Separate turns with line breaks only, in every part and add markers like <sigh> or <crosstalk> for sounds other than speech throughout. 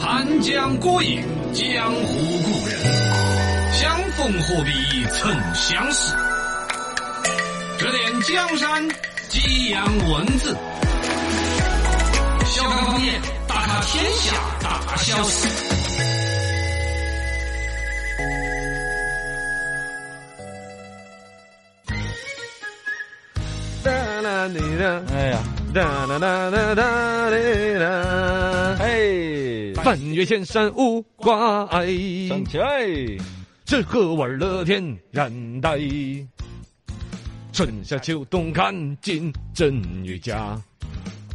谈江孤影，江湖故人，相逢何必曾相识。指点江山，激扬文字，笑看方言，大咖天下大小事。
哒啦滴哒，
哎呀，
哒啦哒哒哒滴哒。
哎，
翻越千山无挂碍，
站起来，
吃喝玩乐天然呆。春夏秋冬看尽真与假，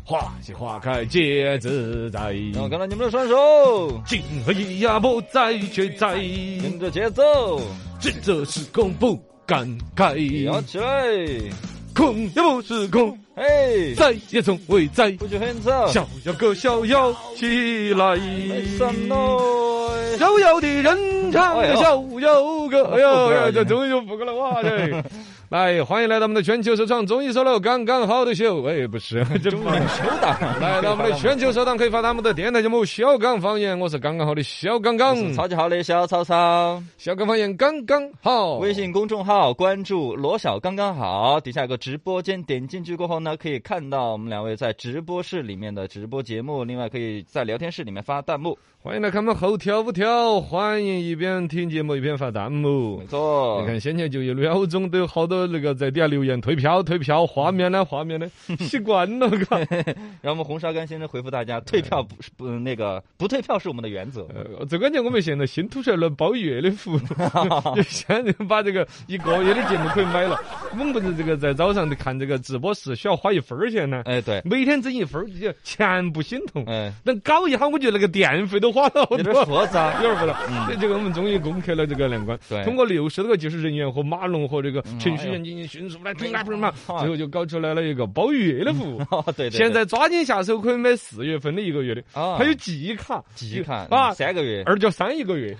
花谢花开皆自在。
让我看到你们的双手，
情和义呀不在却在，
跟着节奏
指责时空不感慨，
摇起来，
空也不是空，
嘿，
在也从未在。
不许很走，
逍遥歌逍遥起来，
没什么，
逍遥的人唱
哎
着
呦
逍遥歌。哎呦，
不
哎
要
呦
紧
这终于补过了哇！这，来，欢迎来到我们的全球首创综艺首楼刚刚好的秀。哎，不是，这不是。
手挡，
来到我们的全球首档可以发弹幕的电台节目《小刚方言》，我是刚刚好的小刚刚，
超级好的小曹操，
小刚方言刚刚好。
微信公众号关注罗小刚刚好，底下有个直播间，点进去过后呢，可以看到我们两位在直播室里面的直播节目，另外可以在聊天室里面发弹幕，
欢迎来看我们后挑不挑，欢迎一边听节目一边发弹幕
没。错
你，看，先前就有秒钟都有好多那个在底下留言退票、退票，画
<laughs>
面呢、画面呢，习惯了嘎。 <laughs>
让我们红烧干先生回复大家，退票不是不那个不退票是我们的原则，
<laughs> 呃，最关键我们现在新推出来了包月的
<laughs>
服务，有些人把这个一个月的节目可以买了。我们不是这个在早上看这个直播时需要花一分儿钱呢，
哎对，
每天挣一分儿，就钱不心痛。 <laughs>
哎。
但搞一下，我觉得那个电费都花了好
有点
多。
佛子啊，
<laughs> 有点不了，所以这个我们终于攻克了这个难关。
对嗯
通过六十多个技术人员和马龙和这个程序员进行迅速来推拉推嘛，
哎
最后就搞出来了一个包月的 <laughs> 服务。
<laughs> 哦，对对对，
现在抓紧下手，可以买四月份的一个月的，
啊，
还有季卡，
几看
啊
嗯，三个月，
二角三一个
<laughs>
月，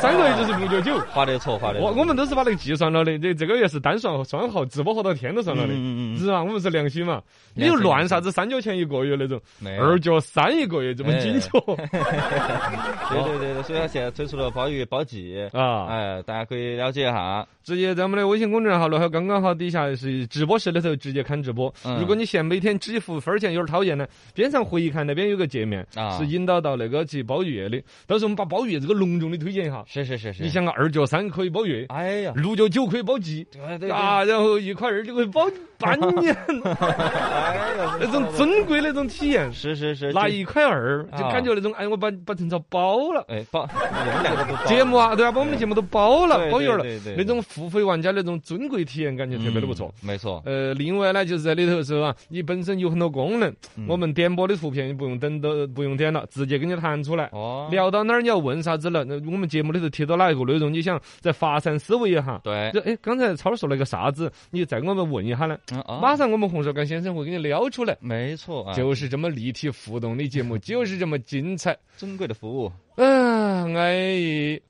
三个月就是六角九。
花的错，花的
我我们都是把那个计算了的，这这个月是单算和双号，直播活到天都算了的，
嗯嗯嗯
是吧？我们是良心嘛，你
良
又
心哎
乱啥子三角钱一个月那种，
没有
二角三一个月
哎
这么紧
<laughs>
凑
对对对对，所以他现在推出了包月包季，
啊？
哎，大家可以了解一下，啊
直接在我们的微信公众号“罗小刚刚好”底下是直播室里头直接看直播。
嗯
如果你嫌每天只付分儿钱有点讨厌呢，边上回看那边有个界面
啊
是引导到那个去包月的，到时候我们把包月这个隆重的推荐一下。
是是是是，
你，想啊，二角三可以包月，
哎呀，哎
六角九可以包季。
对对对，
啊，然后一块儿就会包半
<laughs>
年
哎呀，
那种珍贵那种体验，
是是是，
拿
这，
一块二就
啊
感觉那种，哎，我把把陈超包了。
哎，包，你们两个都包
节目啊，对吧？把我们节目都包了，
对
包圆了
对对，对
那种付费玩家那种尊贵体验，感觉特别的不错。，
嗯没错，
呃，另外呢，就是在里头是吧？你本身有很多功能，
嗯
我们点播的图片你不用等都不用点了，直接给你弹出来。
哦，
聊到哪儿你要问啥子了？那我们节目里头提到哪一个内容，你想再发散思维一下。
对，
就哎，刚才超儿说了个啥子？你再给我们问一下呢？
嗯啊
马上我们红烧干先生会给你撩出来。
没错啊，
就是这么立体互动的
<laughs>
节目，就是这么精彩。
尊贵的服务，
嗯，哎，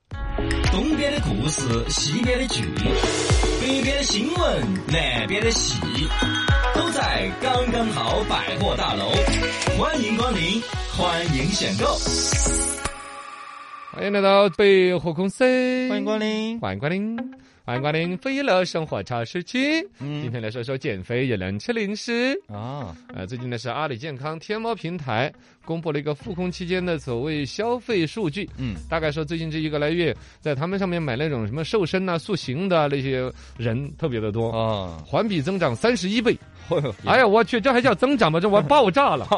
东边的故事，西边的剧，北边的新闻，南边的戏，都在刚刚好百货大楼。欢迎光临，欢迎选购。
欢迎来到百货公司，
欢迎光，临，
欢迎光临，欢迎光临飞乐生活茶水区。今
嗯
天来说说减肥也能吃零食。
啊，
呃，最近呢是阿里健康天猫平台公布了一个复工期间的所谓消费数据，
嗯，
大概说最近这一个来月，在他们上面买那种什么瘦身呐、塑形的啊那些人特别的多。
啊，
环比增长三十一倍，哎
哎
呀，
呀，
我去，这还叫增长吗？这我爆
<laughs>
炸了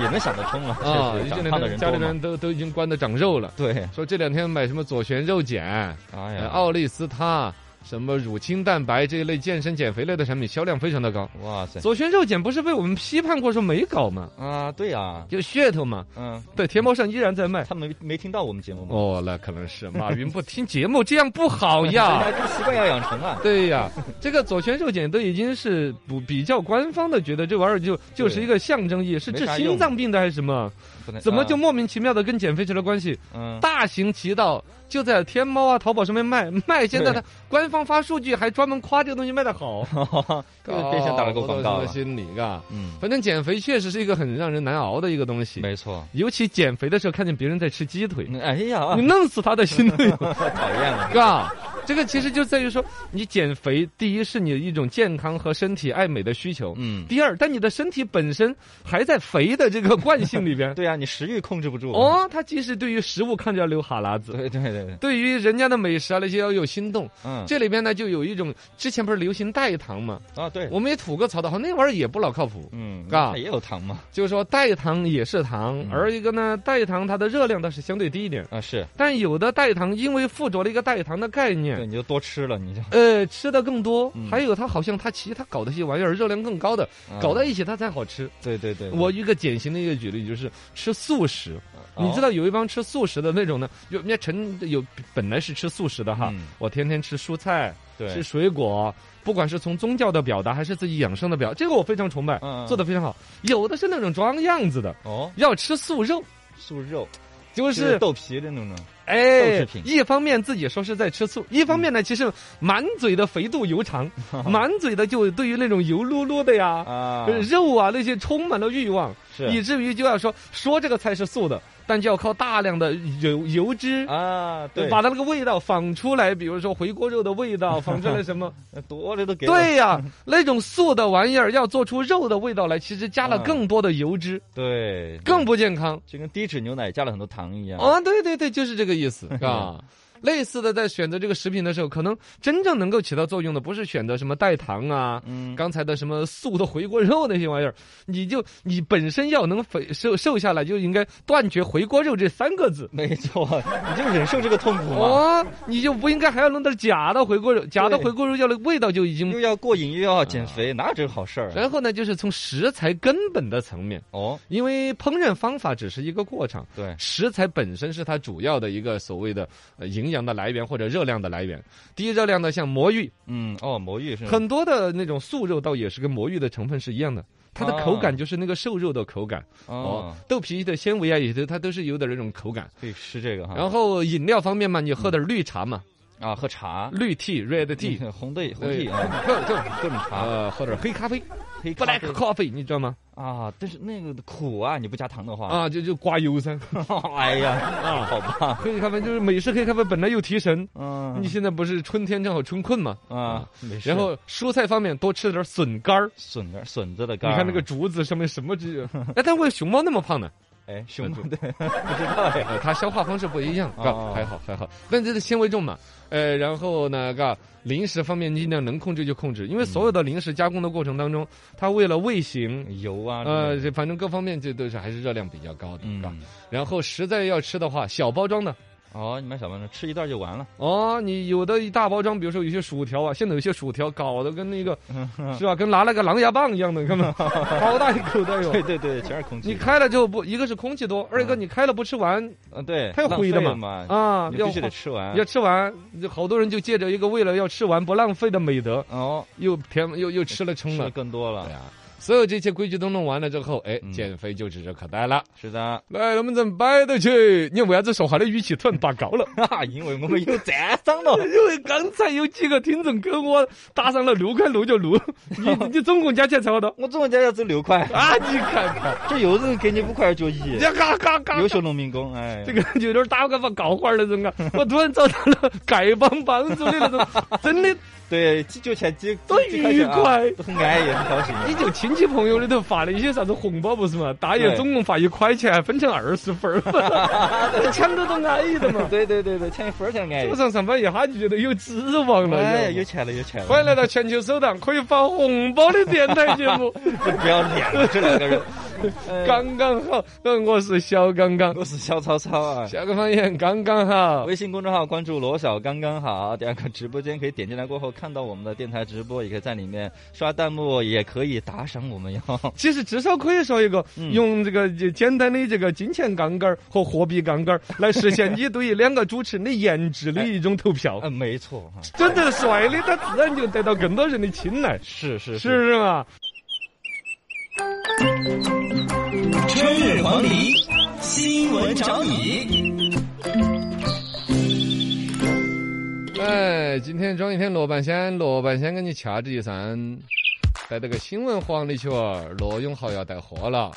也能想得通啊，
啊！
确实
这
长
两
胖的人
天家
多
里
嘛，
人都都已经关得长肉了。
对，
说这两天买什么左旋肉碱、
哎
呃
呀，
奥利司他、什么乳清蛋白这一类健身减肥类的产品销量非常的高。
哇塞，
左旋肉碱不是被我们批判过说没搞吗？
啊，对呀，
有噱头嘛？
嗯，
对，天猫上依然在卖。
他们没听到我们节目吗？
哦，那可能是马云不听节目，这样不好呀
大。家这习惯要养成啊。
<laughs> 对呀， <laughs> 这个左旋肉碱都已经是不比较官方的，觉得这玩意儿就就是一个象征意义，是
没
治
啥
心
用
脏病的还是什么？
不能
怎么就
啊
莫名其妙的跟 <laughs> 减肥扯了关系？
嗯
大行其道，就在天猫啊、淘宝上面卖卖。现在它官方发数据还专门夸这个东西卖的好，
就是变相打了个广告啊
搞不懂什么
了。
心理嘎。
嗯，
啊反正减肥确实是一个很让人难熬的一个东西，
没错。
尤其减肥的时候看见别人在吃鸡腿，
嗯哎呀，
你 <laughs> 弄死他的心都有。
太讨厌了。
嘎，这个其实就在于说，你减肥，第一是你的一种健康和身体爱美的需求，
<laughs> 嗯，
第二，但你的身体本身还在肥的这个惯性里
<laughs>
边，
对啊，你食欲控制不住。，
哦，他即使对于食物看着要流哈喇子，
对对对对，
对于人家的美食啊那些要有心动。
嗯，
这里边呢，就有一种之前不是流行代糖嘛，
啊对，
我们也吐过槽的话，那玩意儿也不老靠谱。
嗯，
嘎
它也有糖嘛。
就是说代糖也是
嗯
糖，而一个呢，代糖它的热量倒是相对低一点，
啊是，
但有的代糖因为附着了一个代糖的概念
对，，你就多吃了，你就
呃，吃的更多，
嗯
还有它好像它其他搞的一些玩意儿热量更高的，搞在
啊
一起它才好吃。
对对对，
我一个典型的一个举例就是吃素食，
哦
你知道有一帮吃素食的那种呢，有人家成有本来是吃素食的哈，
嗯
我天天吃蔬菜，吃
对，
水果，不管是从宗教的表达还是自己养生的表，这个我非常崇拜，
嗯嗯
做的非常好。有的是那种装样子的，
哦，
要吃素肉，
素肉
就
就是豆皮的那种，豆
哎
制品，
一方面自己说是在吃醋，一方面呢，其实满嘴的肥肚油
<laughs>
肠，满嘴的就对于那种油漉漉的呀、
啊，
呃肉啊那些充满了欲望，以
是
至于就要说说这个菜是素的，但就要靠大量的油油脂。
啊，
对
对，
把它那个味道仿出来，比如说回锅肉的味道，仿出来什么？
那多的都给我 <laughs>
对呀、那种素的玩意儿要做出肉的味道来，其实加了
啊
更多的油脂，
对，
更不健康。
就跟低脂牛奶加了很多糖一样。
啊，对对对，就是这个意
<laughs>
思啊。类似的，在选择这个食品的时候，可能真正能够起到作用的，不是选择什么代糖啊，
嗯，
刚才的什么素的回锅肉那些玩意儿，你就你本身要能肥瘦瘦下来，就应该断绝回锅肉这三个字。
没错，你就忍受这个痛苦嘛，
哦，你就不应该还要弄点假的回锅肉，假的
对
回锅肉要的味道就已经
又。要过瘾又要减肥，哪有这个好事儿啊？
嗯然后呢，就是从食材根本的层面，
哦，
因为烹饪方法只是一个过程，
对，
食材本身是它主要的一个所谓的呃营养的来源或者热量的来源。低热量的像魔芋，
嗯，哦，魔芋是
很多的那种素肉倒也是跟魔芋的成分是一样的。它的
哦
口感就是那个瘦肉的口感
哦，，
豆皮的纤维啊，也都它都是有点那种口感。
可以吃这个哈。
然后饮料方面嘛，你喝点绿茶嘛，
啊，喝茶，
绿 tea、red tea，
嗯 <laughs> 红的红
对
地啊，
就就
各种茶，
呃喝点黑咖啡
黑咖啡
，black coffee，你知道吗？
啊，但是那个苦啊，你不加糖的话，
啊，就就刮油噻。 <laughs>
哎呀，啊，好吧，
黑咖啡就是美式黑咖啡，本来又提神。
嗯，
<laughs> 你现在不是春天正好春困嘛？ <laughs>
啊，没事。
然后蔬菜方面多吃点笋干儿，
笋干，笋子的
你
干儿，
看那个竹子上面什么
<laughs>
这，哎，但为熊猫那么胖呢？
哎，熊猫的，不知道哎，
呃，它消化方式不一样，
哦
嘎、还好还好，但这个纤维重嘛，呃，然后呢，嘎，零食方面尽量能控制就控制，因为所有的零食加工的过程当中，它为了味型。
油啊，
呃，
之类的
这反正各方面这都是还是热量比较高的，嘎
嗯，
然后实在要吃的话，小包装的
哦，你买小馒头吃一袋就完了，
哦，你有的一大包装，比如说有些薯条啊，现在有些薯条搞得跟那个
嗯
是吧，跟拿了个狼牙棒一
<laughs>
样的，根本好大一口袋哟。
对对对，全是空气。
你，开了之后不，一个是空气多，二一个你开了不吃完
嗯，对，
太
浪
灰
费
了
了
嘛
嘛，
啊，
嗯你
要
必须得
花
吃完
要。吃完，就好多人就借着一个为了要吃完不浪费的美德，
哦，
又甜又又吃了撑
吃的
了。
更多
对
了，
啊，所有这些规矩都弄完了之后，哎，
嗯
减肥就指日可待了。
是的，
来，能不能摆到去？你为啥子说话的语气突然拔高了？
哈哈，因为我们有赞赏了，
<laughs> 因为刚才有几个听众跟我搭上了六块六
<laughs>
角六，你你总共加起来才好多？
我总共加要走六块，
啊，你看看，
这又是给你五块九一
你，嘎嘎嘎，
优秀农民工，哎，
这个就有点打个把搞花儿那种啊！我突然找到了丐帮帮主的
<laughs>
那种，真的，
对，几九钱几
多
几块钱啊
愉快
都很安逸，很高兴。
你就亲戚朋友里头发了一些啥子红包不是嘛？大爷
对
总共发一块钱，还分成二十份
<laughs>
儿，抢得都安逸的嘛。
对对对 <laughs> 对，抢一分儿才安
早
逸。
上上班一下就觉得有指望了。
哎呀，
你
有
知
钱了，有钱
道吗欢
了，
迎来到全球首档可以发红包的电台节目，
这不要脸了，这两个人。哎
刚刚好。呃我是小刚刚，
我是小曹操啊。
下个方言刚刚好。
微信公众号关注罗小刚刚好，第二个直播间可以点进来过后看到我们的电台直播，也可以在里面刷弹幕，也可以打赏我们哟。
其实至少可以说一个，
嗯
用这个就简单的这个金钱杠杆儿和货币杠杆儿来实现你对于两个主持人的颜值的一种投票。
嗯，没错，啊
真正帅的，他自然就得到更多人的青睐，
是是
是不是嘛？
春日黄鹂，新闻找你。
哎，今天天装一天罗半仙，罗半仙给你掐指一算，在这个新闻黄里去哦，罗永浩要带货了。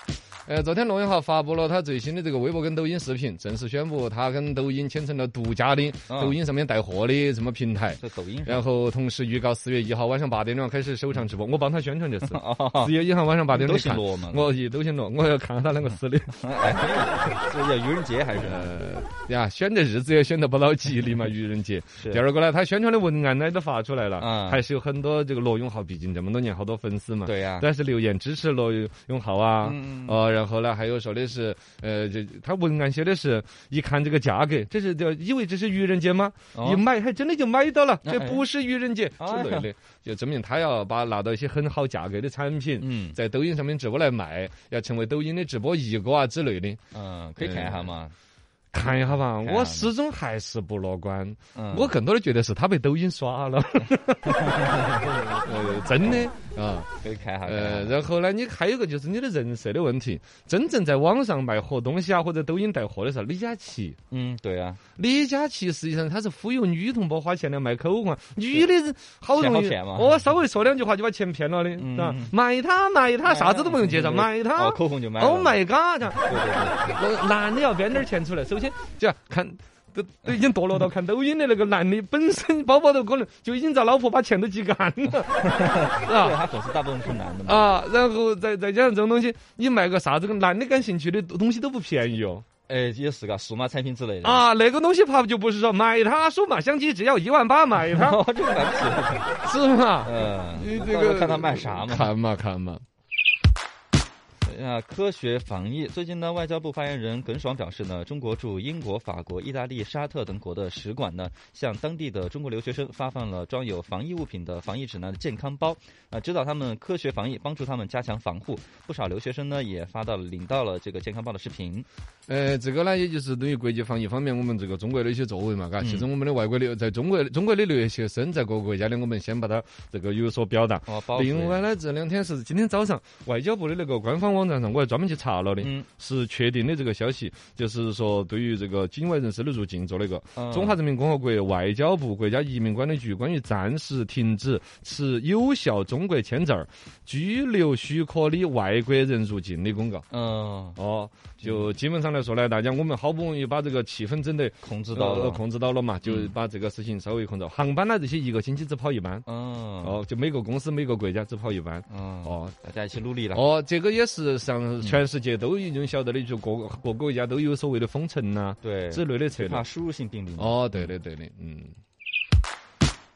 呃，昨天罗永浩发布了他最新的这个微博跟抖音视频，正式宣布他跟抖音签成了独家的
啊
抖音上面带货的这么平台。
这抖音上。
然后同时预告四月一号晚上八点钟开始首场直播，我帮他宣传这次
<laughs> 哦，
四月一号晚上八点
都
钟
姓
看，
罗啊嘛，
我也都姓罗，我要看看他啷个死的。
哎，这叫愚人节还是？
呃，呀，选的日子也选得不老吉
<laughs>
利嘛，愚人节。
是
第二个呢，他宣传的文案呢也都发出来了，
嗯
还是有很多这个罗永浩，毕竟这么多年好多粉丝嘛。。
对呀，
但是留言支持罗永浩啊，
嗯
哦，然后呢，还有说的是，呃，这他文案写的是，一看这个价格，这是叫以为这是愚人节吗？
哦
一买还真的就买到了，
哎
这不是愚人节
哎
之类的，就证明他要把拿到一些很好价格的产品，
嗯
在抖音上面直播来卖，要成为抖音的直播一哥啊之类的。
嗯，可以看一下嘛。
看一下吧，
看
我始终还是不乐观。
嗯，
我更多的觉得是他被抖音耍了，呃， <laughs> 真的 <laughs> 啊。
可以看一下。
呃，
看一下
然后呢，你还有一个就是你的人设的问题。真正在网上卖货东西啊，或者抖音带货的时候，李佳琦，
嗯，对呀，
李佳琦实际上他是忽悠女同胞花钱来卖口红啊，女的人好容易
骗好骗嘛
哦，稍微说两句话就把钱骗了的，
嗯
是吧？买它买它，啥子都不用介绍，
嗯
买它
哦，。口红就买了。
Oh my god！这样
对对对，
那男的要编点钱出来，首先就要看。都都已经堕落到看抖音的那个男的，本身包包都可能就已经遭老婆把钱都挤干 <laughs> 了，是吧
对，？他粉丝大部分是男的嘛。
啊，然后再再加上这种东西，你卖个啥子个男的感兴趣的东西都不便宜哦。
哎，也是个数码产品之类的。<laughs>
<laughs> 啊，那个东西怕就不是说买它，数码相机只要一万八买它，
我哦这个买不起。
<laughs> 是吗？
嗯，
<laughs> 你这
到时候
个
看他卖啥嘛。
看嘛看嘛，
啊，科学防疫。最近呢，外交部发言人耿爽表示呢，中国驻英国、法国、意大利、沙特等国的使馆呢，向当地的中国留学生发放了装有防疫物品的防疫指南的健康包，啊，指导他们科学防疫，帮助他们加强防护。不少留学生呢，也发到了领到了这个健康包的视频。
呃，这个呢，也就是对于国际防疫方面，我们这个中国的一些作为嘛，嘎。其实我们的外国留在中国中国的留学生在各个国家呢，我们先把它这个有所表达。
哦，包
另外，呢，这两天是今天早上外交部的那个官方网站上，我还专门去查了的，
嗯，
是确定的这个消息，就是说对于这个境外人士的入境做了一个
嗯
中华人民共和国外交部国家移民管理局关于暂时停止持有效中国签证儿居留许可的外国人入境的公告。
嗯，
哦，就基本上来说呢，大家我们好不容易把这个气氛整得
控制到
呃
了。
控制到了嘛，就
嗯
把这个事情稍微控制好。航班呢，这些一个星期只跑一班。
嗯，
哦，就每个公司每个国家只跑一班。
嗯，哦，
哦，
大家一起努力了。
哦，这个也是
嗯
上全世界都已经晓得的，就各个各个国家都有所谓的封城呐、
对，
之类的策
怕
略。
输入性病例嘛。
哦，对的，对的，嗯。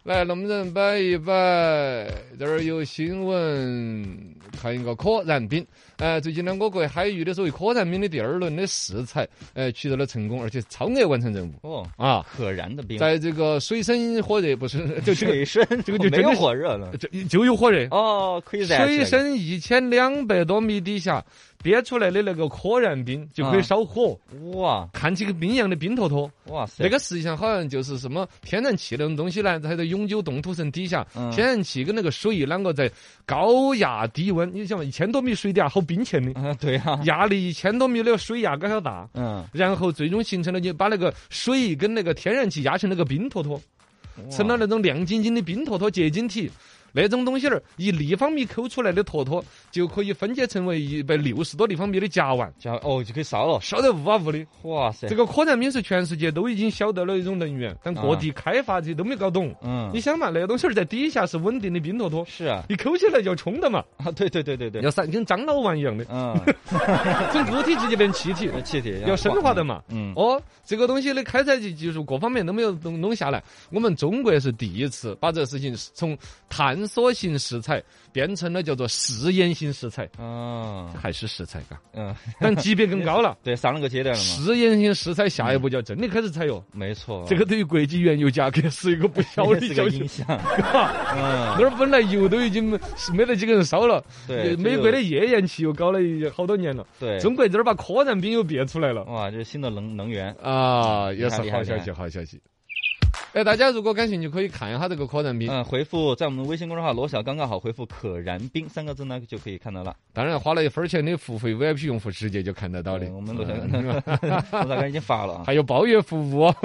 来，龙人摆一摆，这儿有新闻，看一个可燃冰。呃，最近呢，我国海域的所谓可燃冰的第二轮的试采，呃，取得了成功，而且超额完成任务
哦，
啊。
可燃的病。
在这个水深火热，不是 <laughs> 就这个
水深，
这个就
没
真的
有
是
火热
<laughs>
了。
就就有火热，
哦，可以燃起来
水深一千两百多米底下憋出来的那个可燃冰就可以烧火，
哇
看起跟冰一样的冰坨坨。
哇塞，
那个实际上好像就是什么天然气那种东西呢，它在永久冻土层底下，
嗯
天然气跟那个水啷个在高压低温，你想嘛，一千多米水底下好冰钱的，
啊，对呀、
压力一千多米的水压个好大。
嗯，
然后最终形成了，就把那个水跟那个天然气压成那个冰坨坨，成了
哇
那种亮晶晶的冰坨坨结晶体。那种东西儿，一立方米抠出来的坨坨，就可以分解成为一百六十多立方米的甲烷，
加哦就可以烧了，
烧得雾啊雾的。
哇塞，
这个可燃冰是全世界都已经晓得了一种能源，但各地开发者都没搞懂。
嗯
你想嘛，那个东西儿在底下是稳定的冰坨坨，
是啊
你抠起来就要冲的嘛，
啊，对对对对对，
要散跟樟脑丸一
<laughs>
样的，
嗯，
从固体直接变气体，
要气体
要生化的，嘛。
嗯，
哦，这个东西的开采技技术各方面都没有弄弄下来。我们中国是第一次把这个事情从探索型食材变成了叫做试验型食材，
嗯
还是食材嘎，
嗯，
但级别
<laughs>。
更高了
对，上了个阶段了嘛，
试验性食材下一
嗯
步就要真的开始采用，
没错，<laughs>
<laughs> 这个对于国际原油价格是一个不小
也 <laughs>
的
是
消
个
息
影。响，
嘎
嗯，
<laughs> 那儿本来油都已经没没得几个人烧了，
对，
美
这
国
个
的页岩气又搞了好多年了，
对，
中国这儿把可燃冰又憋出来了。
哇，这是新的能能源，
啊，也是
厉害
好消
厉
息，
害
好消息。哎，大家如果感兴趣，可以看一下这个可燃冰。
嗯，回复在我们微信公众号“罗小刚刚好”回复“可燃冰”三个字呢，就可以看到了。
当然，花了一分钱的付费 VIP 用户直接就看得到的
嗯。我 <laughs> 们罗小
嗯
<laughs> 刚，罗小刚已经发了啊。
还有包月服务哦。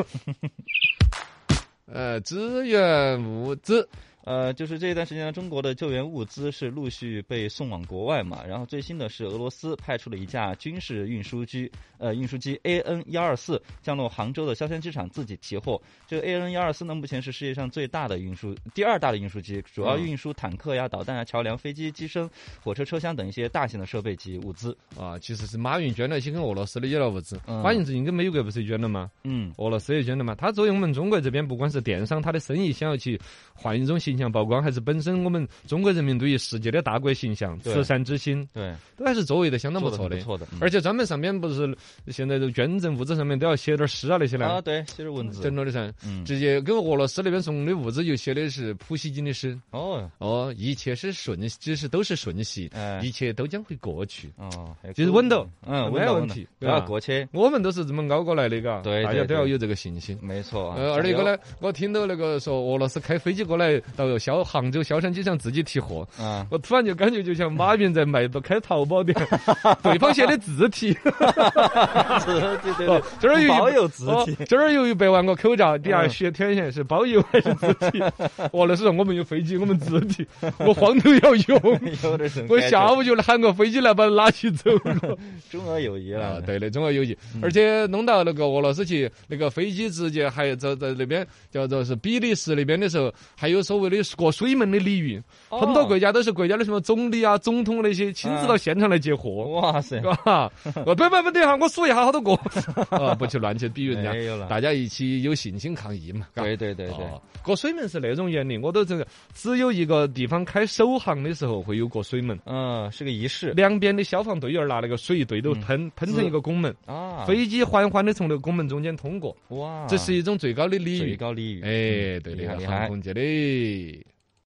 呃，支援物资，
呃，就是这一段时间呢，中国的救援物资是陆续被送往国外嘛。然后最新的是，俄罗斯派出了一架军事运输机，呃，运输机 AN 幺二四降落杭州的萧山机场，自己提货。这个 AN 幺二四呢，目前是世界上最大的运输，第二大的运输机，主
嗯
要运输坦克呀、导弹啊、桥梁、飞机、机身、火车车厢等一些大型的设备及物资。
啊，其实是马云捐了一些给俄罗斯的医疗物资。
嗯
马云最近跟美国不是也捐了吗？
嗯，
俄罗斯也捐了嘛。他作为我们中国这边，不管是电商他的生意想要去换一种形象曝光，还是本身我们中国人民对于世界的大国形象、
对
慈善之心，
对，
都还是作为的相当不
做得
错
很
的
不。错的，嗯
而且专门上面不是现在都捐赠物资上面都要写点儿诗啊那些
啊，
呢，
对，其实文字
整，了的噻。
嗯，
直接跟俄罗斯那边送的物资就写的是普希金的诗
哦，
哦，一切是瞬，只是都是瞬息，
哎
一，切都将会过去。
哦，还有
其实
各
温度
嗯，
没
温度
问
温度
题
不
对吧
要过去，
我们都是这么熬过来的，嘎，
对
大
对
家都要
对
有这个信心。
没错啊。
呃，而那个呢，我听到那个说俄罗斯开飞机过来到萧杭州萧山机场自己提货， <laughs>
啊，
我突然就感觉就像马云在卖到开淘
<laughs>
宝店，对方写的字体，
对对对
哦，这儿有一
保有字
哦
体，，
这儿有一百万个口罩，底下
嗯
写天线是包邮还是字 <laughs> 体？俄罗斯说我们有飞机，我们字体，我慌都要 <laughs> 用。
<laughs> 有点神。
我下午就喊个飞机来把它拉起走嗯了。
中俄友谊
<laughs> 啊
了，，
对的，中俄友谊，而且弄到那个俄罗斯去，那个飞机直接还在在那边叫做是比利时那边的时候，还有所谓的过水门的礼遇，
哦
很多国家都是国家的什么总理啊、总统那些亲自到现场来接货。
哇塞，
啊！我不不不，等一下，我数一下好多个啊！不去乱去比喻
没
人家，
有了，
大家一起有信心抗疫嘛。嘎
对对对对
哦，过水门是那种原理，我都这个只有一个地方开首航的时候会有过水门，
嗯，是个仪式
两边的消防队员拿那个水对头
嗯
喷，喷成一个拱门，
啊，
飞机缓缓的从那个拱门中间通过，
哇，
这是一种最高的礼
最
遇。
高礼遇，
哎，对
厉害
的，
厉害
航空界的。